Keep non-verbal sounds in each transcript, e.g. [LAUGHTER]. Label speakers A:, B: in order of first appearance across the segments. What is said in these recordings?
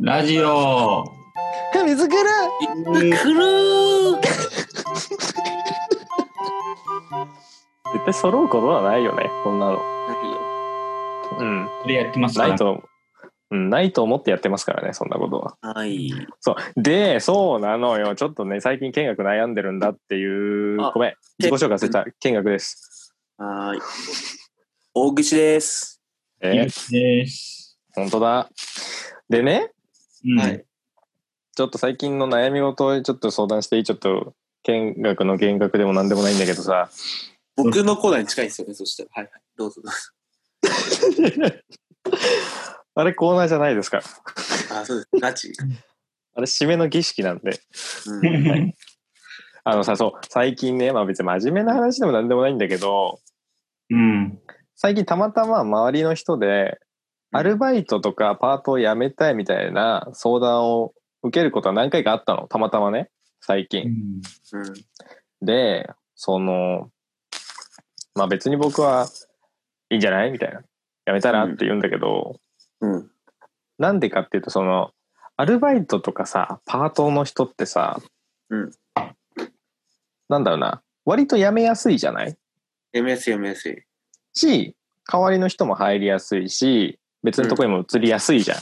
A: ラジオ
B: 髪作る
C: くるー
D: 絶対揃うことはないよね、こんなの。うん。
A: でやってますか
D: な
A: ら
D: いと、うん、ないと思ってやってますからね、そんなことは。
C: はい。
D: そう。で、そうなのよ。ちょっとね、最近見学悩んでるんだっていう
C: あ、
D: ごめん。自己紹介忘れた。見学です。
C: はーい。大口です。
D: えー、
A: です。
D: 本当だ。でね、
A: うん
C: はい。
D: ちょっと最近の悩み事をちょっと相談していいちょっと、見学の見学でも何でもないんだけどさ。
C: 僕のコーナーに近いですよね、そして。はいはい。どうぞどうぞ。
D: あれコーナーじゃないですか。
C: あ、そうです。ガチ。
D: あれ締めの儀式なんで。
C: [LAUGHS] うん。
D: あのさ、そう、最近ね、まあ別に真面目な話でも何でもないんだけど、
A: [LAUGHS] うん。
D: 最近たまたま周りの人で
C: うん
D: アルバイトとかパートを辞めたいみたいな相談を受けることは何回かあったのたまたまね最
A: う
D: 近。
A: ん
C: うん。
D: でそのまあ別に僕はいいんじゃないみたいな辞めたら
C: うん
D: って言うんだけど、
C: うん。
D: なんでかっていうとそのアルバイトとかさパートの人ってさ、
C: うん
D: なんだろうな割と辞めやすいじゃない
C: やめやすいやめやすい。
D: し代わりの人も入りやすいし別のとこにも移りやすいじゃん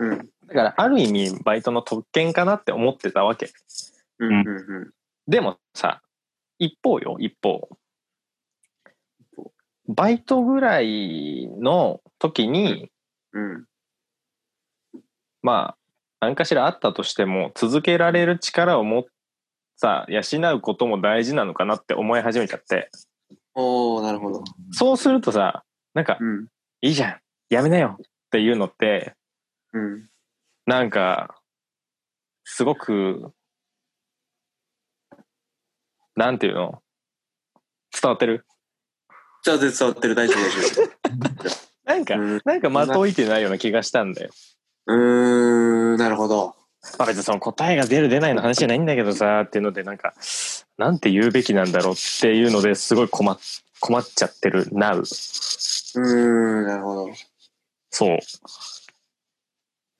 C: うん。
D: だからある意味バイトの特権かなって思ってたわけ。
C: うん。うん。うん。
D: でもさ、一方よ、一方
C: 方。
D: バイトぐらいの時に、
C: うん。
D: まあ、何かしらあったとしても、続けられる力を持っさ、養うことも大事なのかなって思い始めちゃって。
C: おー、なるほど。
D: そうするとさ、なんか
C: う、ん。
D: いいじゃん、やめなよっていうのって、
C: うん。
D: なんか、すごく、なんていうの伝わってる
C: じゃあ、伝わってる。大丈夫、大丈
D: なんか、
C: 夫。うん
D: なんかまといてないような気がしたんだよ。
C: うーん。なるほど。
D: まあ別にその答えが出る出ないの話じゃないんだけどさ、っていうので、なんか、なんて言うべきなんだろうっていうのですごい困っ、困っちゃってる、なう。
C: うーん。なるほど。
D: そう。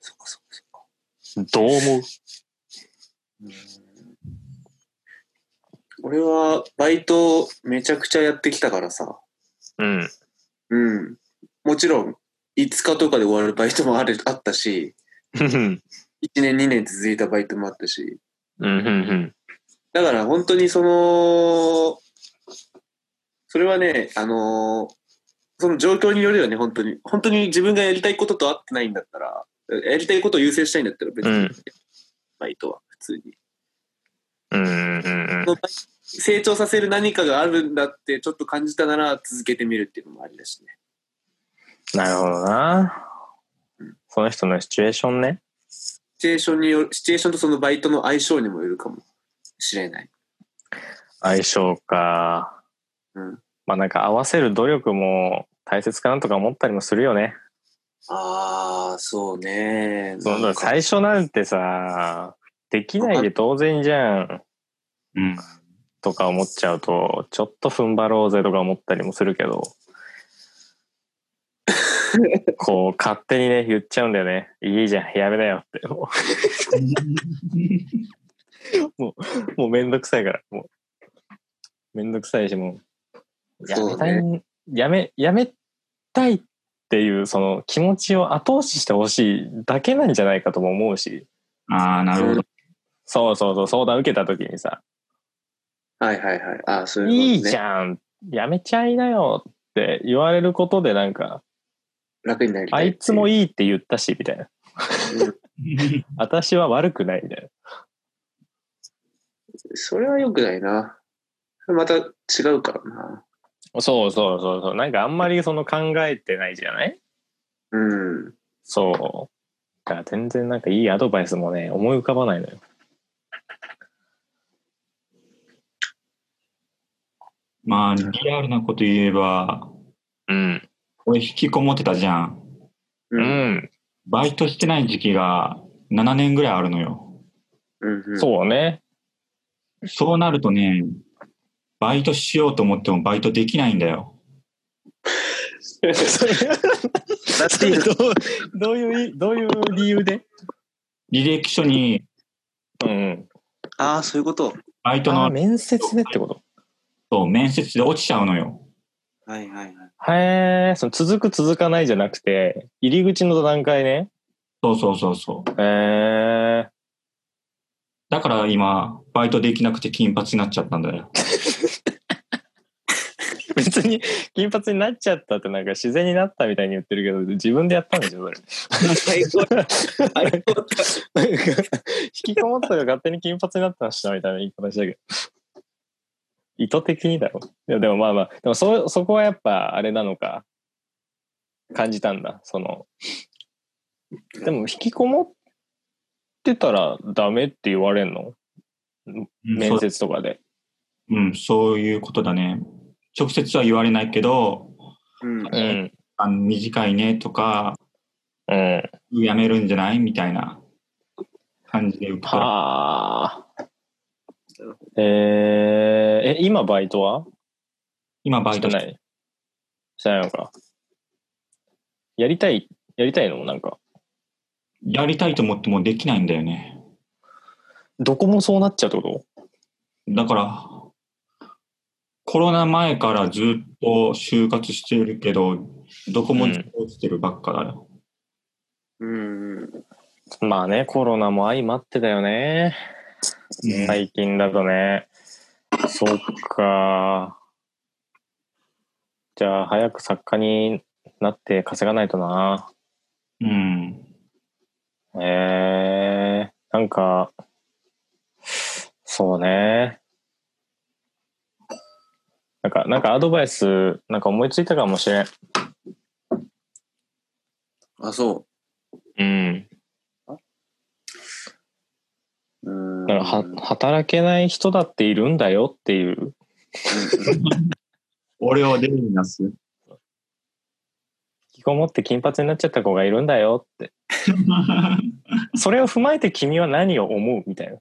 C: そっかそっかそっか。
D: どう思う
C: うん俺は、バイト、めちゃくちゃやってきたからさ。
D: うん。
C: うん。もちろん、5日とかで終わるバイトもあるあったし、
D: うん。
C: 1年2年続いたバイトもあったし、
D: うん。うん。
C: だから本当にその、それはね、あのーその状況によるよね、本当に。本当に自分がやりたいことと合ってないんだったら、やりたいことを優先したいんだったら別
D: う
C: に
D: ん。
C: バイトは普通に。
D: うん。うん。
C: 成長させる何かがあるんだってちょっと感じたなら続けてみるっていうのもありだしね。
D: なるほどな。その人のシチュエーションね。
C: シチュエーションによる、シチュエーションとそのバイトの相性にもよるかもしれない。
D: 相性か。
C: うん。
D: まあなんか合わせる努力も大切かなとか思ったりもするよね。
C: ああ、そうね。
D: そう
C: な
D: だ
C: んか
D: 最初なんてさできないで当然じゃん
A: うん。
D: とか思っちゃうとちょっと踏ん張ろうぜとか思ったりもするけどこう勝手にね言っちゃうんだよねいいじゃんやめなよってもう [LAUGHS] もうめんどくさいからもうめんどくさいしもうやめたい、
C: そ
D: やめやめたいっていうその気持ちを後押ししてほしいだけなんじゃないかとも思うし
A: ああ、なるほ
C: [LAUGHS]
A: ど。
D: そうそうそう相談受けた時にさ
C: はいはいはい。ああ、そうい
D: い
C: うことね。
D: いじゃん、やめちゃいなよって言われることでなんか、
C: 楽になりた
D: あ
C: い。
D: いつも
C: い。
D: いいって言ったし、みたいな。私は悪くないみたい
C: それは良くないな。また違うからな。
D: な。そうそうそうそう。なんかあんまりその考えてないじゃない
C: うん。
D: そう。だから全然なんかいいアドバイスもね、思い浮かばないのよ。
A: まあ、リアルなこと言えば、
D: うん。
A: 俺引きこもってたじゃん。
C: う。
D: うんん。
A: バイトしてない時期が7年ぐらいあるのよ。
C: うん。うん、
D: そうね。
A: そうなるとね、バイトしようと思ってもバイトできないんだよ。
D: それ [LAUGHS] どうどういういどういう理由で
A: 履歴書に
D: うん
C: [LAUGHS] ああ、そういうこと。
A: バイトの
D: あー面接でってこと
A: そう面接で落ちちゃうのよ。
C: はいはいはい。
D: へえその続く続かないじゃなくて入り口の段階ね
A: そうそうそうそう。
D: へえ
A: だから今、バイトできなくて金髪になっちゃったんだ
C: [LAUGHS]
A: よ。
D: 別に [LAUGHS] 金髪になっちゃったってなんか自然になったみたいに言ってるけど自分でやったんでしょそれ
C: 最高
D: [LAUGHS] なん
C: 最高
D: か引きこもったら勝手に金髪になってましたみたいな言い方したけど。意図的にだろ。いや、でもまあまあ、でもそ、そこはやっぱあれなのか、感じたんだ。その、でも引きこもってたらダメって言われんの
A: うんそ
D: 面
A: う
D: 接とかで。
A: うん、そういうことだね。直接は言われないけど、
C: うん。
D: うん。
A: あ短いねとか、
D: うん。
A: やめるんじゃないみたいな感じで受かる。
D: はあ。えー、え、今バイトは
A: 今バイ
D: して
A: ト
D: ないしてないのか。やりたい、やりたいのもなんか。
A: やりたいと思ってもできないんだよね。
D: どこもそうなっちゃうってこ
A: だから、コロナ前からずっと就活してるけど、どこも落ちてるばっかだよ。
C: うん。
D: とまあね、コロナも相まってだよね。
A: ね
D: 最近だとね。そっか。じゃあ、早く作家になって稼がないとな。
A: うん。
D: えー、なんか、そうね。なんか、なんかアドバイス、なんか思いついたかもしれん。
C: あ、そ
D: うん。
C: う。うん。
D: だからは、働けない人だっているんだよっていう。
A: 俺を例になす。 [LAUGHS]
D: 引きこもって金髪になっちゃった子がいるんだよってそれを踏まえて君は何を思うみたい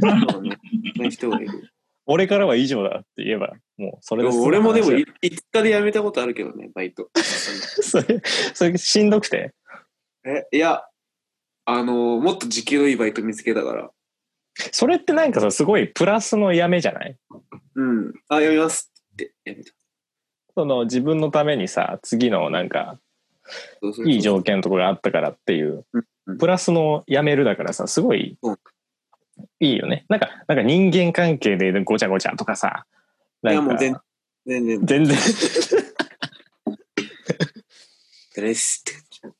D: な
C: そうね。そういう人がいる。
D: 俺からは以上だって言えばもうそれで済む話だ
C: 俺もでもい5日で辞めたことあるけどね、バイト。
D: それ [LAUGHS] それしんどくて
C: え、いや、あのもっと時給のいいバイト見つけたから。
D: それってなんかさすごいプラスのやめじゃない
C: うん。あ、やめますって辞めた。
D: その自分のためにさ次のなんか
C: そうそうそう
D: いい条件のとこがあったからっていう
C: うん
D: プラスのやめるだからさすごい
C: うん
D: いいよねなんかなんか人間関係でごちゃごちゃとかさ
C: いや
D: なん
C: も
D: か
C: う全全然、
D: 全然
C: ドレスって。
D: ま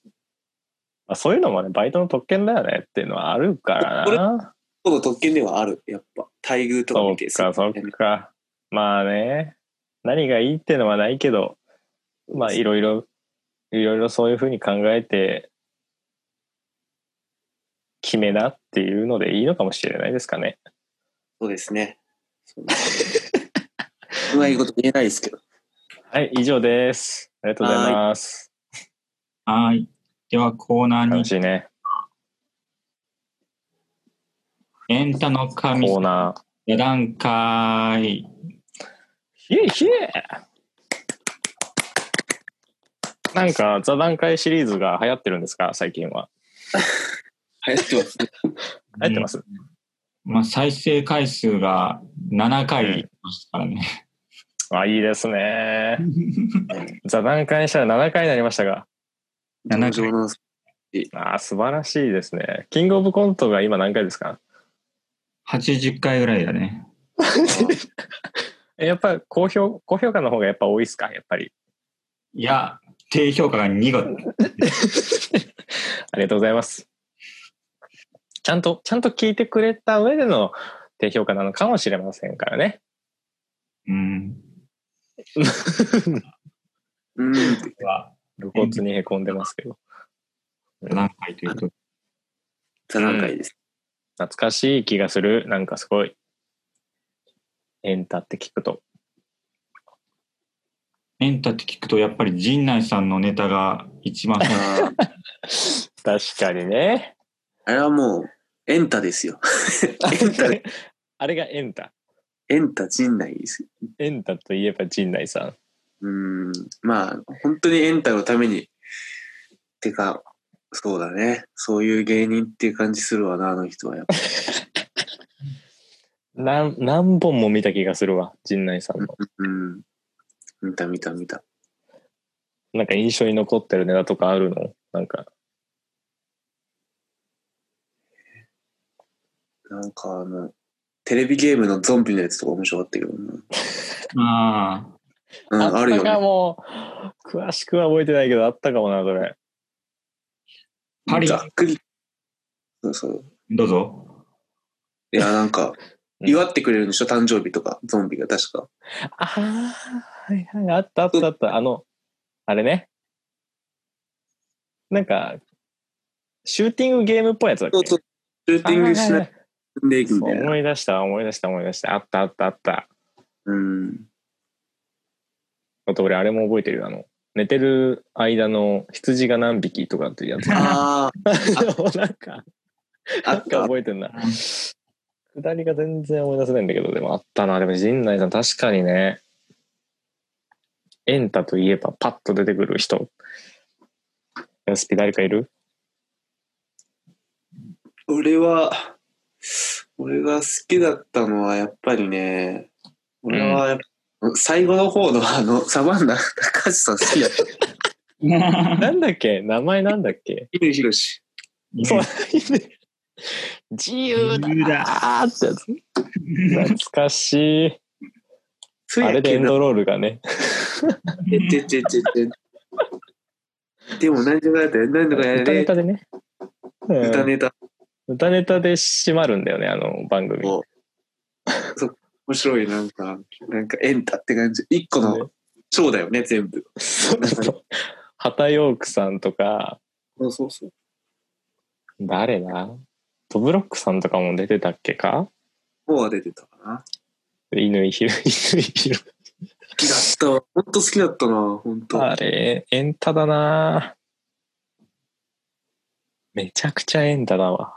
D: あ、そういうのもね、バイトの特権だよねっていうのはあるから
C: これ
D: な。
C: この特権ではある、やっぱ。待遇とか
D: そ
C: 見。
D: ってか、そっか。まあね、何がいいっていうのはないけど、まあいろいろ、いろいろそういうふうに考えて、決めなっていうのでいいのかもしれないですかね。
C: そうですね。そうですねうまいこと言えないですけど。
D: はい、以上です。ありがとうございます。
A: はい。ではコーナーに
D: 楽、しいね。
A: エンタの神、
D: コーナー。
A: 座談会。
D: ひえひえなんか座談会シリーズが流行ってるんですか最近は。
C: 流行ってますね。
D: 流行ってます、
A: まあ、再生回数が7回いましたから [LAUGHS] ね。
D: あ、いいですね。座談会にしたら7回になりましたが、
A: 7
C: 上
A: 回。
C: の
D: あー素晴らしいですね。キングオブコントが今何回ですか
A: 80回ぐらいだね。
D: えやっぱ高評高評価の方がやっぱ多いですかやっぱり。
A: いや、低評価が2個。
D: ありがとうございます。ちゃんと、ちゃんと聞いてくれた上での低評価なのかもしれませんからね。
A: うん。
C: うん。
A: では、
D: 露骨にへこんでますけど。
A: 座談会ということで。
C: 座談会です。
D: 懐かしい気がする。なんかすごい。エンタって聞くと。
A: エンタって聞くと、やっぱり陣内さんのネタが一 [LAUGHS] 番
C: あー
D: 確かにね。
C: あれはもう、エンタですよ。エンタで、
D: [LAUGHS] あれがエンタ。
C: エンタ陣内ですよ。
D: エンタといえば陣内さん。
C: うん、まあ、本当にエンタのために。てか、そうだね。そういう芸人っていう感じするわな、あの人はやっぱ。
D: なん何本も見た気がするわ、陣内さんの。
C: うん。見た見た見た。
D: なんか印象に残ってるネタとかあるのなんか。
C: なんかあの、テレビゲームのゾンビのやつとか面白かったけどな。
A: ああ、
C: うん、あるよ
D: ったか
C: ね。
D: も。詳しくは覚えてないけど、あったかもな、それ。
A: パリ
C: ざっくり。そうそう。
A: どうぞ。 [LAUGHS]
C: いや、なんか、
D: うん
C: 祝ってくれるんでしょ誕生日とか、ゾンビが確か。
D: ああ、はいはい、あったあったあった。あの、あれね。なんか、シューティングゲームっぽいやつだっけ
C: そうそう。シューティングしないでいくみたい
D: そう
C: な。
D: 思い出した、思い出した、思い出した。あったあったあった。
C: うん。
D: あと俺、あれも覚えてるよ。あの、寝てる間の羊が何匹とかっていうやつ。
C: あ
D: [LAUGHS] なんか、
C: あ、あ
D: な
C: っ
D: んか
C: た。
D: 覚えてんな。下りが全然思い出せないんだけど、でもあったな。でも陣内さん、確かにね、エンタといえばパッと出てくる人。スピ誰かいる
C: 俺は、俺が好きだったのはやっぱりね、俺はやっぱ、最後の方のあの、サバンナ、高橋さん好きだ
D: [LAUGHS]
C: った。
D: なんだっけ名前なんだっけ
C: 乾宏志。
D: そう、自由だなーってやつ。懐かしい。
C: そう
D: あ
C: や
D: れでエ
C: け
D: ン
C: ど、
D: ドロールがね。
C: ててててて。でも何とかやって、何とかや
D: 歌ネ
C: れ
D: タ、でね。うん
C: 歌ネタ、
D: 歌ネタで締まるんだよね、あの番組。
C: お面白い、なんか、なんかエンタって感じ。一個の蝶だよね、全部。
D: そうそう。畑ヨークさんとか、
C: そうそうそう。
D: 誰だトブロックさんとかも出てたっけか
C: 方は出てたかな。
D: 犬井ひろ、犬井ひろ。
C: 好きだったわ。ほんと好きだったな、ほんと。
D: あれ、エンタだなめちゃくちゃエンタだわ。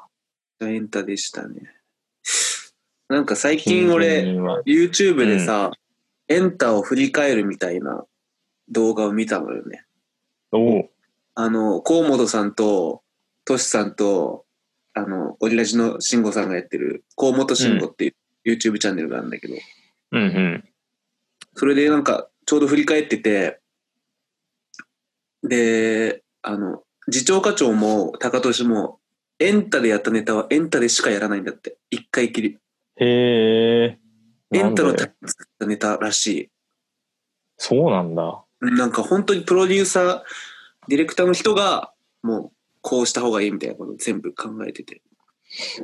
C: エンタでしたね。なんか最近俺、
D: 近は
C: YouTube でさ、エンタを振り返るみたいな動画を見たのよね。
D: おう
C: あの、河本さんと、トシさんと、あの、オリラジの慎吾さんがやってる、河本慎吾っていう YouTube チャンネルがあるんだけど、
D: うんうん。
C: それでなんか、ちょうど振り返ってて、で、あの、次長課長も、高俊も、エンタでやったネタはエンタでしかやらないんだって。一回きり。
D: へえ。
C: エンタ
D: な
C: の
D: ん
C: た
D: で
C: めに作ったネタらしい。
D: そうなんだ。
C: なんか本当にプロデューサー、ディレクターの人が、もうこうした方がいいみたいなことを全部考えてて。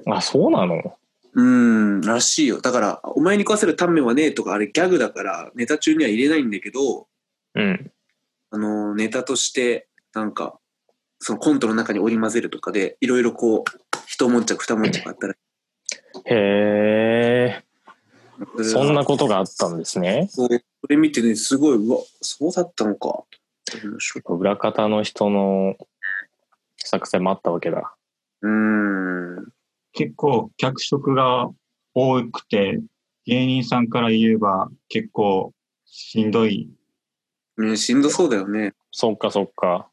D: あ、そうなの
C: うーん、らしいよ。だから、お前に食わせるタンメンはねえとか、あれギャグだから、ネタ中には入れないんだけど、
D: うん。
C: あの、ネタとして、なんか、そのコントの中に織り交ぜるとかで、いろいろこう、一悶着二悶着あったら、
D: へえ。そんなことがあったんですね。
C: そうそれ見てね、すごい、うわ、そうだったのか。面白い
D: 裏方の人の作戦もあったわけだ。
C: うーん。
A: 結構脚色が多くて、芸人さんから言えば結構しんどい。
C: ねしんどそうだよね。
D: そっかそっか。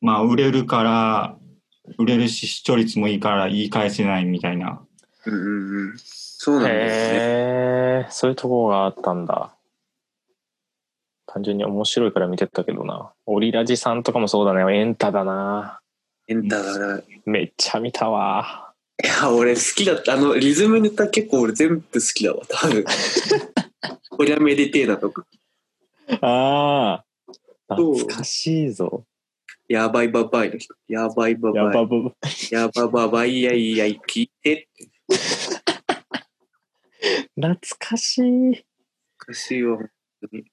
A: まあ、売れるから、売れるし視聴率もいいから言い返せないみたいな。
C: うんうんうん。そうなんですね。
D: へえ、そういうとこがあったんだ。単純に面白いから見てたけどな。オリラジさんとかもそうだね。エンタだな。
C: エンターだな。い
D: めっちゃ見たわ。
C: や、俺好きだった。あの、リズムネタ結構俺全部好きだわ、
D: [LAUGHS]
C: 多分。こりゃメディテーナとか、
D: ああ。
C: そう
D: 懐かしいぞ。
C: やばいばばいの人、やばいば
D: や
C: ば
D: ば
C: い、
D: ぶ。
C: やばばばいやいやい聞いて。
D: 懐かしい。
C: おかしいわ、本当に。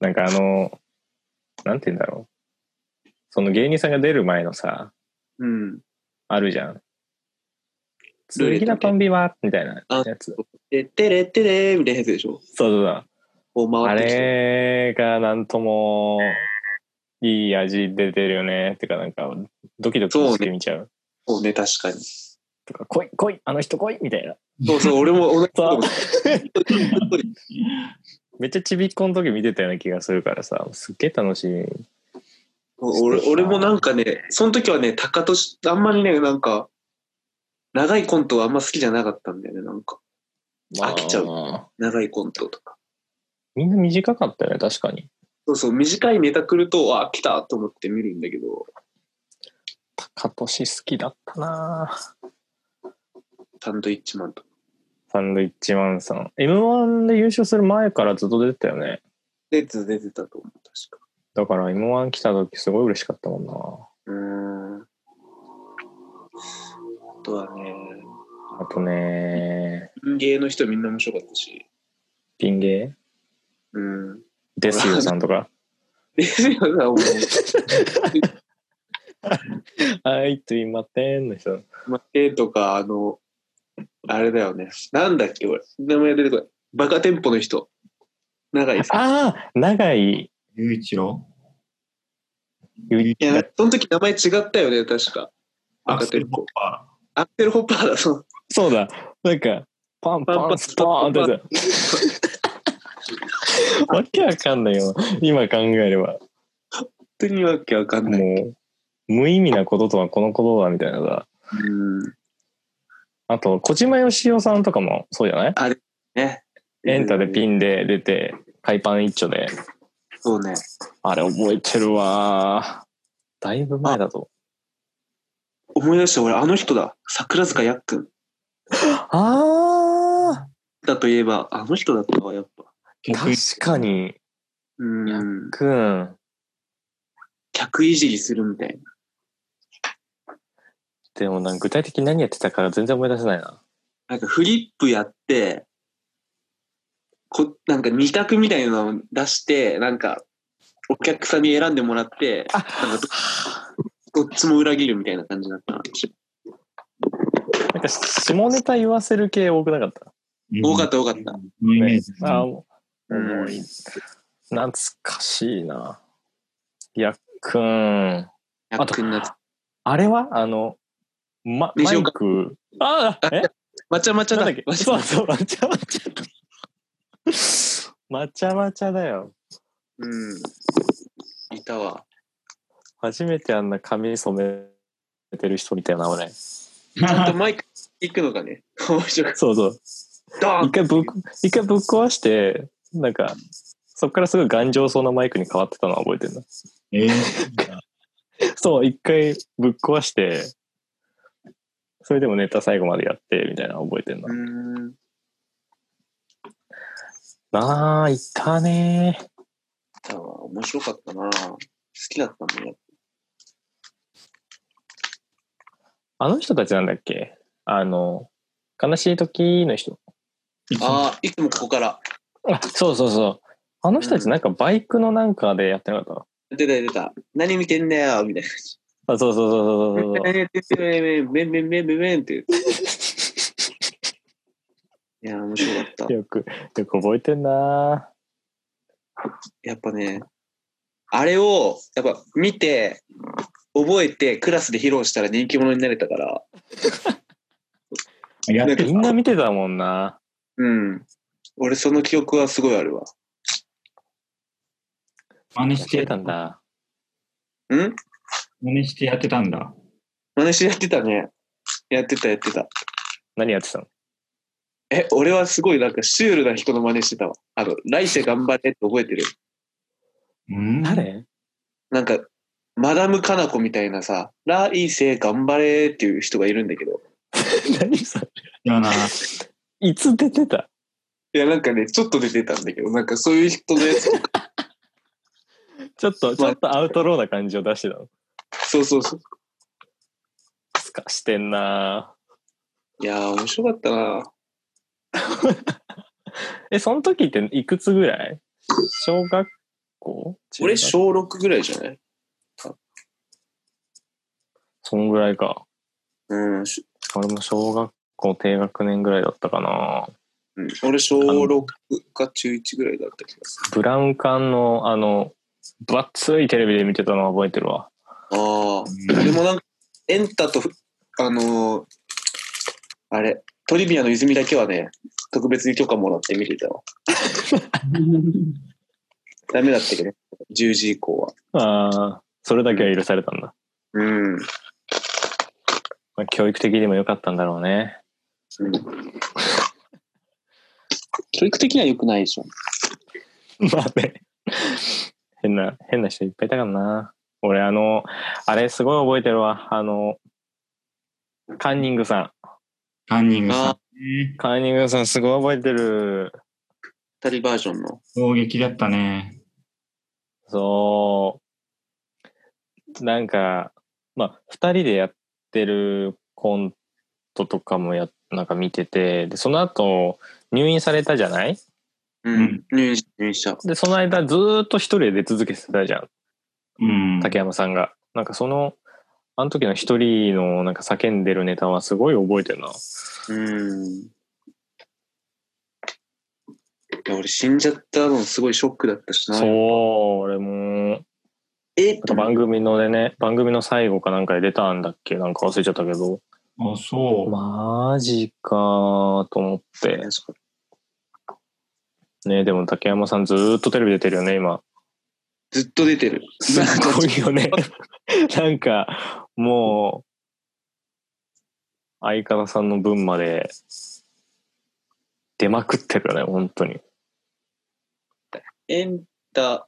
D: なんかあの、なんて言うんだろう。その芸人さんが出る前のさ、
C: うん。
D: あるじゃん。
C: ルーレット
D: 次のコンビはみたいな
C: あ
D: やつ。そう
C: で、てれってれみたいなやつでしょ。
D: そうそう。
C: こう
D: あ
C: 回ってきて。
D: れがなんともいい味出てるよね。てかなんかドキドキして見ちゃう。
C: そうね、確かに。
D: とか、来い、来い、あの人来いみたいな。
C: そうそう、俺も同じこと思った
D: めっちゃちびっこの時見てたような気がするからさ、すっげえ楽しい。
C: 俺俺もなんかね、その時はね、高とし、あんまりね、なんか、長いコントはあんま好きじゃなかったんだよね、なんか。飽きちゃう
D: う。
C: 長いコントとか。
D: みんな短かったよね、確かに。
C: そうそう、短いネタ来ると、あ、来たと思って見るんだけど、
D: 高俊好きだったなぁ
C: サンドイッチマンとか。
D: サンドイッチマンさん。M1 で優勝する前からずっと出てたよね。
C: で、出てたと思う、確か。
D: だから M1 来た時すごい嬉しかったもんな
C: うーん。あとはね、
D: あとね、
C: 芸の人みんな面白かったし。
D: ピン芸
C: [LAUGHS] うん。
D: ですよさんとか。
C: ですよな、お前。
D: はい、と今てんの人。
C: ま絵とか、あの、あれだよね。なんだっけ、俺。名前出てこない。バカテンポの人。長いさん。
D: ああ長井
A: 雄一郎
D: ゆり
C: いや、その時名前違ったよね、確か。
A: アク
C: バカ
A: セ
C: テ
A: ル
C: ン
A: ホッ
C: ポ。
A: パ
C: アクセルホッパーだ、そう。
D: そうだ、なんか、パンパンスパーンってさ [LAUGHS] わけわかんないよ。今考えれば。
C: 本当にわけわかんない。
D: もう、無意味なこととはこのことだみたいなさ。
C: うん。
D: あと、小島よしおさんとかもそうじゃない
C: ね。
D: エンタでピ
C: ン。
D: ンで出て、海パン一丁で。
C: そうね。
D: あれ覚えてるわ。だいぶ前だと。
C: 思い出した、俺、あの人だ。桜塚やっくん。
D: あ
C: だといえば、あの人だったわ、やっぱ。
A: ー。
D: 確かに。
C: うん。
D: くん。
C: 客いじりするみたいな。
D: でもなんか具体的に何やってたか全然思い出せないな。
C: なんかフリップやって、こなんか二択みたいなのを出して、なんか、お客さんに選んでもらって、なんかどどっちも裏切るみたいな感じだったな。
D: なんか下ネタ言わせる系多くなかった。
C: 多か
A: っ
C: った、多かった。
A: のイメージですね
D: あもう
C: うん
D: もうい懐かしいな。やっくん。
C: やっくんなつ。
D: あれはあの、ま、マ
C: 西
D: イ
C: 岡
D: ク。ああえ
C: まちゃまちゃ
D: なんだ
C: だ
D: っけ
C: わし
D: [LAUGHS] そうそう、まちゃまちゃ。 [LAUGHS] まちゃまちゃだよ。
C: うん。いたわ。
D: 初めてあんな髪染めてる人みたいな、俺。
C: ちゃんとマイク行くのがね、面白かっ
D: そうそう。
C: た。ドーン
D: 一回ぶっ、一回ぶっ壊して、なんか、そっからすごい頑丈そうなマイクに変わってたのは覚えてるな。
A: えー
D: そう、一回ぶっ壊して、それでもネタ最後までやって、みたいなの覚えてるな。
C: うん。
D: ああ、いたねー。
C: いたわ。面白かったな。好きだったね。
D: あの人たちなんだっけあの、悲しい時の人。
C: ああ、いつもここから。
D: あ、そうそうそう。あの人たちなんかバイクのなんかでやってなかっ
C: 出た出た。何見てんだよみたいな感じ。
D: た。あ、そうそうそうそ
C: [LAUGHS]
D: うそうそう。
C: 何やってんだよめんめんめんめんめんって。いや、面白かった。
D: よく、よく覚えてんな
C: やっぱね、あれを、やっぱ見て、覚えて、クラスで披露したら人気者になれたから、
A: やって
D: ー。みんな見てたもんな
C: うん。俺、その記憶はすごいあるわ。
A: 真似
D: や
A: し
D: って
A: て
D: たんだ。
C: ん
A: 真似してやってたんだ。
C: 真似してやってたね。やってた、やってた。
D: 何やってたの
C: え、俺はすごいなんかシュールな人の真似してたわ。あの、来世頑張れって覚えてる。
A: うん
D: 誰
C: なんか、マダムカナコみたいなさ、来世頑張れっていう人がいるんだけど、
D: 何さ、
A: いや
D: [LAUGHS]
A: な。
D: いつ出てた
C: いや、なんかね、ちょっと出てたんだけど、なんかそういう人のや [LAUGHS] つ、
D: ちょっと、ちょっとアウトローな感じを出してたの。
C: そうそうそう。
D: すかしてんない
C: やー、面白かったな。
D: ぁえ、その時っていくつぐらい小学校
C: 俺、
D: 中学
C: 小6ぐらいじゃない
D: そんぐらいか。
C: うん、し
D: 俺も小学校低学年ぐらいだったかな
C: うん俺、小6か中1ぐらいだった気がする。
D: ブラウン管の、あの、分厚いテレビで見てたのは覚えてるわ。
C: ああ、俺もなんか、エンタと、あのーあれ、トリビアの泉だけはね、特別に許可もらって見てたわ。ダメだったけど、10時以降は。
D: ああ、それだけは許されたんだ。
C: うん。
D: まあ、教育的にも良かったんだろうね。
C: 教育的には良くないでしょ。
D: [LAUGHS] まあね。変な、変な人いっぱいいたからな。俺、あの、あれ、すごい覚えてるわ。あの、カンニングさ
A: カンニング
C: あ
A: さ
C: あ、
D: ん。カンニングさん、すごい覚えてる。
C: 二人バージョンの。
A: ん、衝撃だったね。
D: そう。なんか、まあ、二人でやってるコントとかもや、なんか見てて、で、その後、入院されたじゃない
C: うん。入院した、入院した。
D: で、その間、ずーっと一人で出続けてたじゃん。
A: うん。
D: 竹山さんが。なんかその、あの時の一人のなんか叫んでるネタはすごい覚えてるな。
C: うん。いや、俺死んじゃったのすごいショックだったしな。
D: そう、俺も、
C: え
D: あと番組のでね、番組の最後かなんかで出たんだっけなんか忘れちゃったけど、
A: あ、そう。
D: マジかーと思って。ね、でも竹山さんずーっとテレビ出てるよね、今。
C: ずっと出てる。
D: すごいよね。なんか、もう、相方さんの分まで出まくってるよね、本当に。
C: [LAUGHS] エンタ、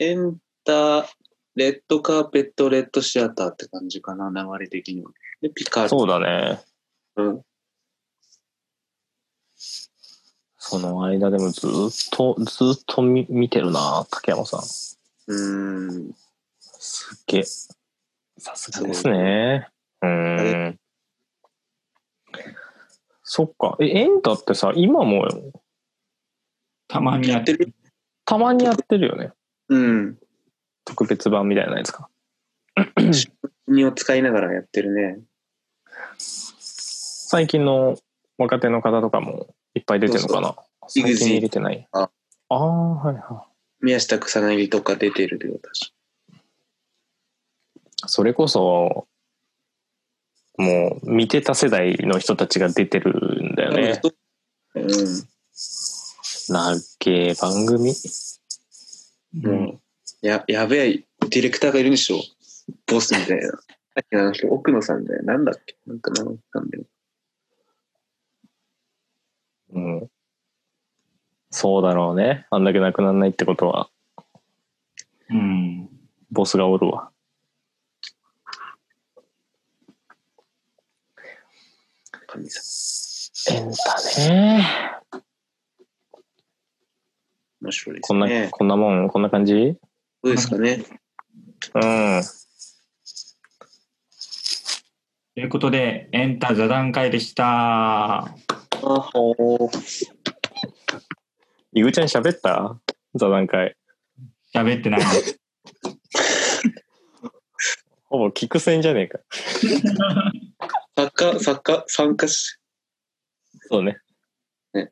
C: エンタ、レッドカーペット、レッドシアターって感じかな、流れ的には。で、ピカル。
D: そうだね。
C: うん。
D: その間でもずっと、ずっと見見てるな、竹山さん。す
C: うーん。
D: っげえ。さすがですね。うーん。そっか。え、エンタってさ、今も
A: たまにや
C: や
A: っ
C: ってて
A: る。
C: る
D: たまにやってるよね。
C: うん。
D: 特別版みたいなやつか。
C: 身を使いながらやってるね。
D: 最近の若手の方とかもいっぱい出てるのかな。
C: そう
D: 最近出てない。
C: あ
D: あー、はいは
C: 宮下草薙とか出てるで、私。
D: い。それこそ、もう見てた世代の人たちが出てるんだよね。
C: う
D: なっけ番組
C: ん。もう、や、やべえ、ディレクターがいるんでしょ。ボスみたいな。さっきのあの人、奥野さんだよ。なんだっけなんか名前なんだよ。
D: うん。そうだろうね。あんだけなくならないってことは、
A: うん。
D: ボスがおるわ。
C: 神様。
D: エンタね。
C: 面白いで
D: こ
C: す
D: んな、
C: ね。
D: こんなもん、こんな感じ
C: どうですかね。
D: うん。
A: ということで、エンタ座談会でした。
C: あほー
D: イグちゃん喋った座談会。
A: 喋ってない。
D: ほぼ聞く線じゃねえか。
C: 作家、作家、参加し、
D: そうね。
C: ね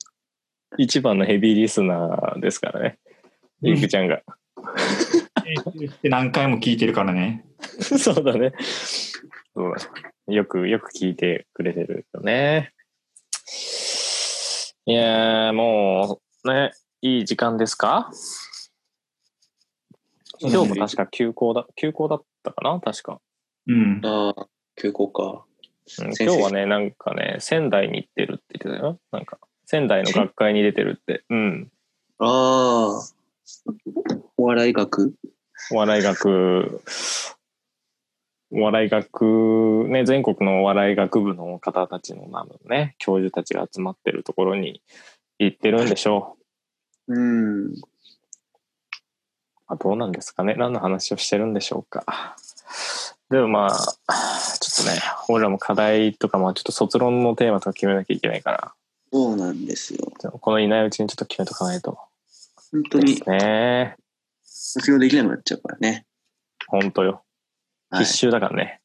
D: 一番のヘビーリスナーですからね。ゆうきちゃん [LAUGHS] が。
A: 編集して何回も聞いてるからね。
D: そうだね。そうだねよく、よく聞いてくれてるよね。いやー、もう、ね、いい時間ですか今日も確か休校だ、休校だったかな確か。
A: うん。
C: ああ、休校か。
D: うん
C: 先生
D: 今日はね、なんかね、仙台に行ってるって言ってたよ。なんか、仙台の学会に出てるって。うん。
C: ああ。お笑い学
D: お笑い学、お笑い学、ね、全国のお笑い学部の方たちの、あのね、教授たちが集まってるところに行ってるんでしょう。
C: うん。
D: まあ、どうなんですかね。何の話をしてるんでしょうか。でもまあ、ちょっとね、俺らも課題とか、まあちょっと卒論のテーマとか決めなきゃいけないから、
C: そうなんですよ。
D: ちょっとこのいないうちにちょっと決めとかないと。
C: 本当
D: で
C: に
D: す、ね。
C: 卒業できなくなっちゃうからね。
D: 本当よ。
C: はい
D: 必。修だからね。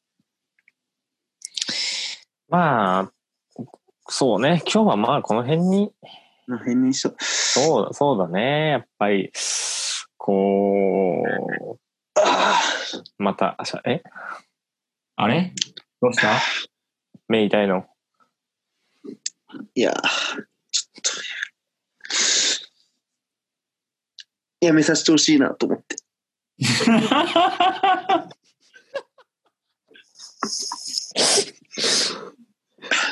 D: まあ、そうね。今日はまあこの辺に、
C: この辺にしと。
D: そうだ、そうだね。やっぱり、こ
C: あ
D: う、また、しゃえ
A: [LAUGHS] あれどうした
D: 目痛いの。
C: いやー、ちょっと、やめさせてほしいなと思って。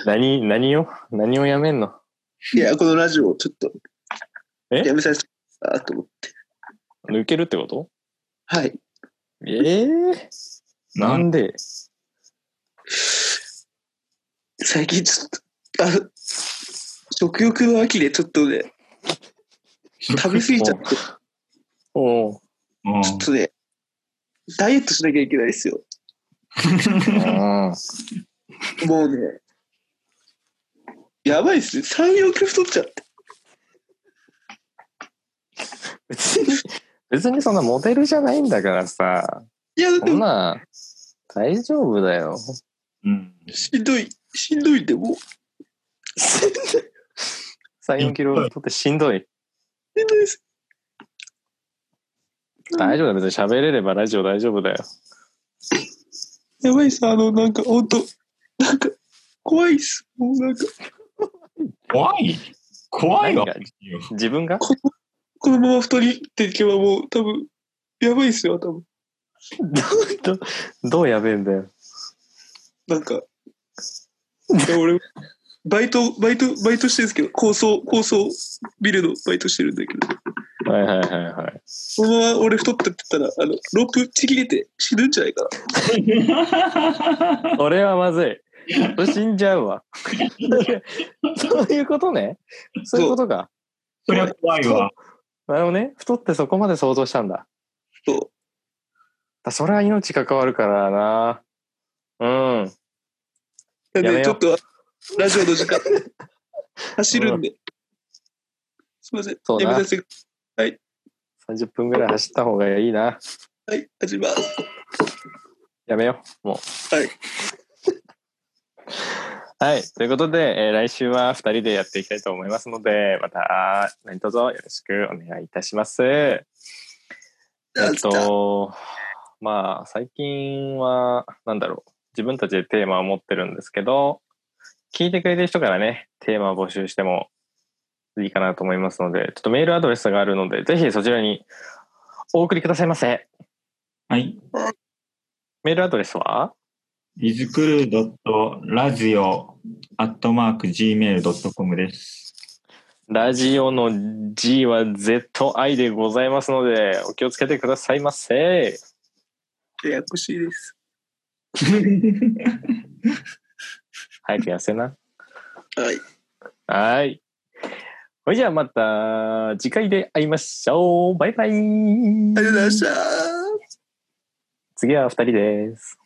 D: 何、何を何をやめんの
C: いや、このラジオ、ちょっと、
D: え
C: やめさせてほしいなと思って。
D: 抜けるってこと
C: はい。
D: ええなんで
C: 最近ちょっと、あ食欲の秋でちょっとね、食べ過ぎちゃって、ち
D: おう
A: うん
C: ょっとね、ダイエットしなきゃいけないですよ。
D: うん。
C: もうね、やばいっすね。3、4キロ太っちゃって。
D: 別に、 [LAUGHS] 別にそんなモデルじゃないんだからさ。
C: いや、で
D: そん
C: も、
D: な、大丈夫だよ。
A: うん
C: しんどい、しんどいんで、もう、 [LAUGHS] しんどい、しん
D: 3、4キロ太ってしんどい。
C: どいです。
D: 大丈夫だよ。別に喋れればラジオ大丈夫だよ。
C: やばいっす。あの、なんか、ほんと、なんか、怖いっす。もうなんか、
A: 怖い怖いわ
D: 何が。自分が
C: この、このまま太りっていけばもう、多分、やばいっすよ、多分。
D: どう、どうやべえんだよ。
C: なんか、いや俺、バイト、バイト、バイトしてるんですけど、高層、高層ビルのバイトしてるんだけど、
D: はいはいはいはい。
C: そのまま俺太ってったら、あの、ロープちぎれて死ぬんじゃないかな。
D: それはまずい。死んじゃうわ。 [LAUGHS] そういうことね。そういうことか。
A: [LAUGHS] そりゃ怖いわ。
D: なるほどね。太ってそこまで想像したんだ。
C: そう。
D: だそれは命関わるからな。うん。
C: なん
D: やめ
C: で、ち
D: よ
C: ょっ
D: う
C: と、ラジオの時
D: [LAUGHS]
C: 間、走るんで。すみません。
D: そうな
C: やめさせて、
D: 30分ぐらい走った方がいいな。
C: はい、始まます。
D: やめよう。もう。
C: はい。
D: [LAUGHS] はい。ということで、えー来週は2人でやっていきたいと思いますので、また何卒よろしくお願いいたします。えっと、まあ、最近は、なんだろう。自分たちでテーマを持ってるんですけど、聞いてくれてる人からね、テーマを募集してもいいかなと思いますので、ちょっとメールアドレスがあるので、ぜひそちらにお送りくださいませ。
A: はい。
D: メールアドレスは
A: ビズクルー .radio.gmail.com です。 [LAUGHS]
D: ラジオの G は ZI でございますので、お気をつけてくださいませ。
C: ややこしいです。
D: 早く痩せな。
C: はい。
D: はい。それじゃあまた次回で会いましょう。バイバイ。
C: ありがとうございました。
D: 次は2人です。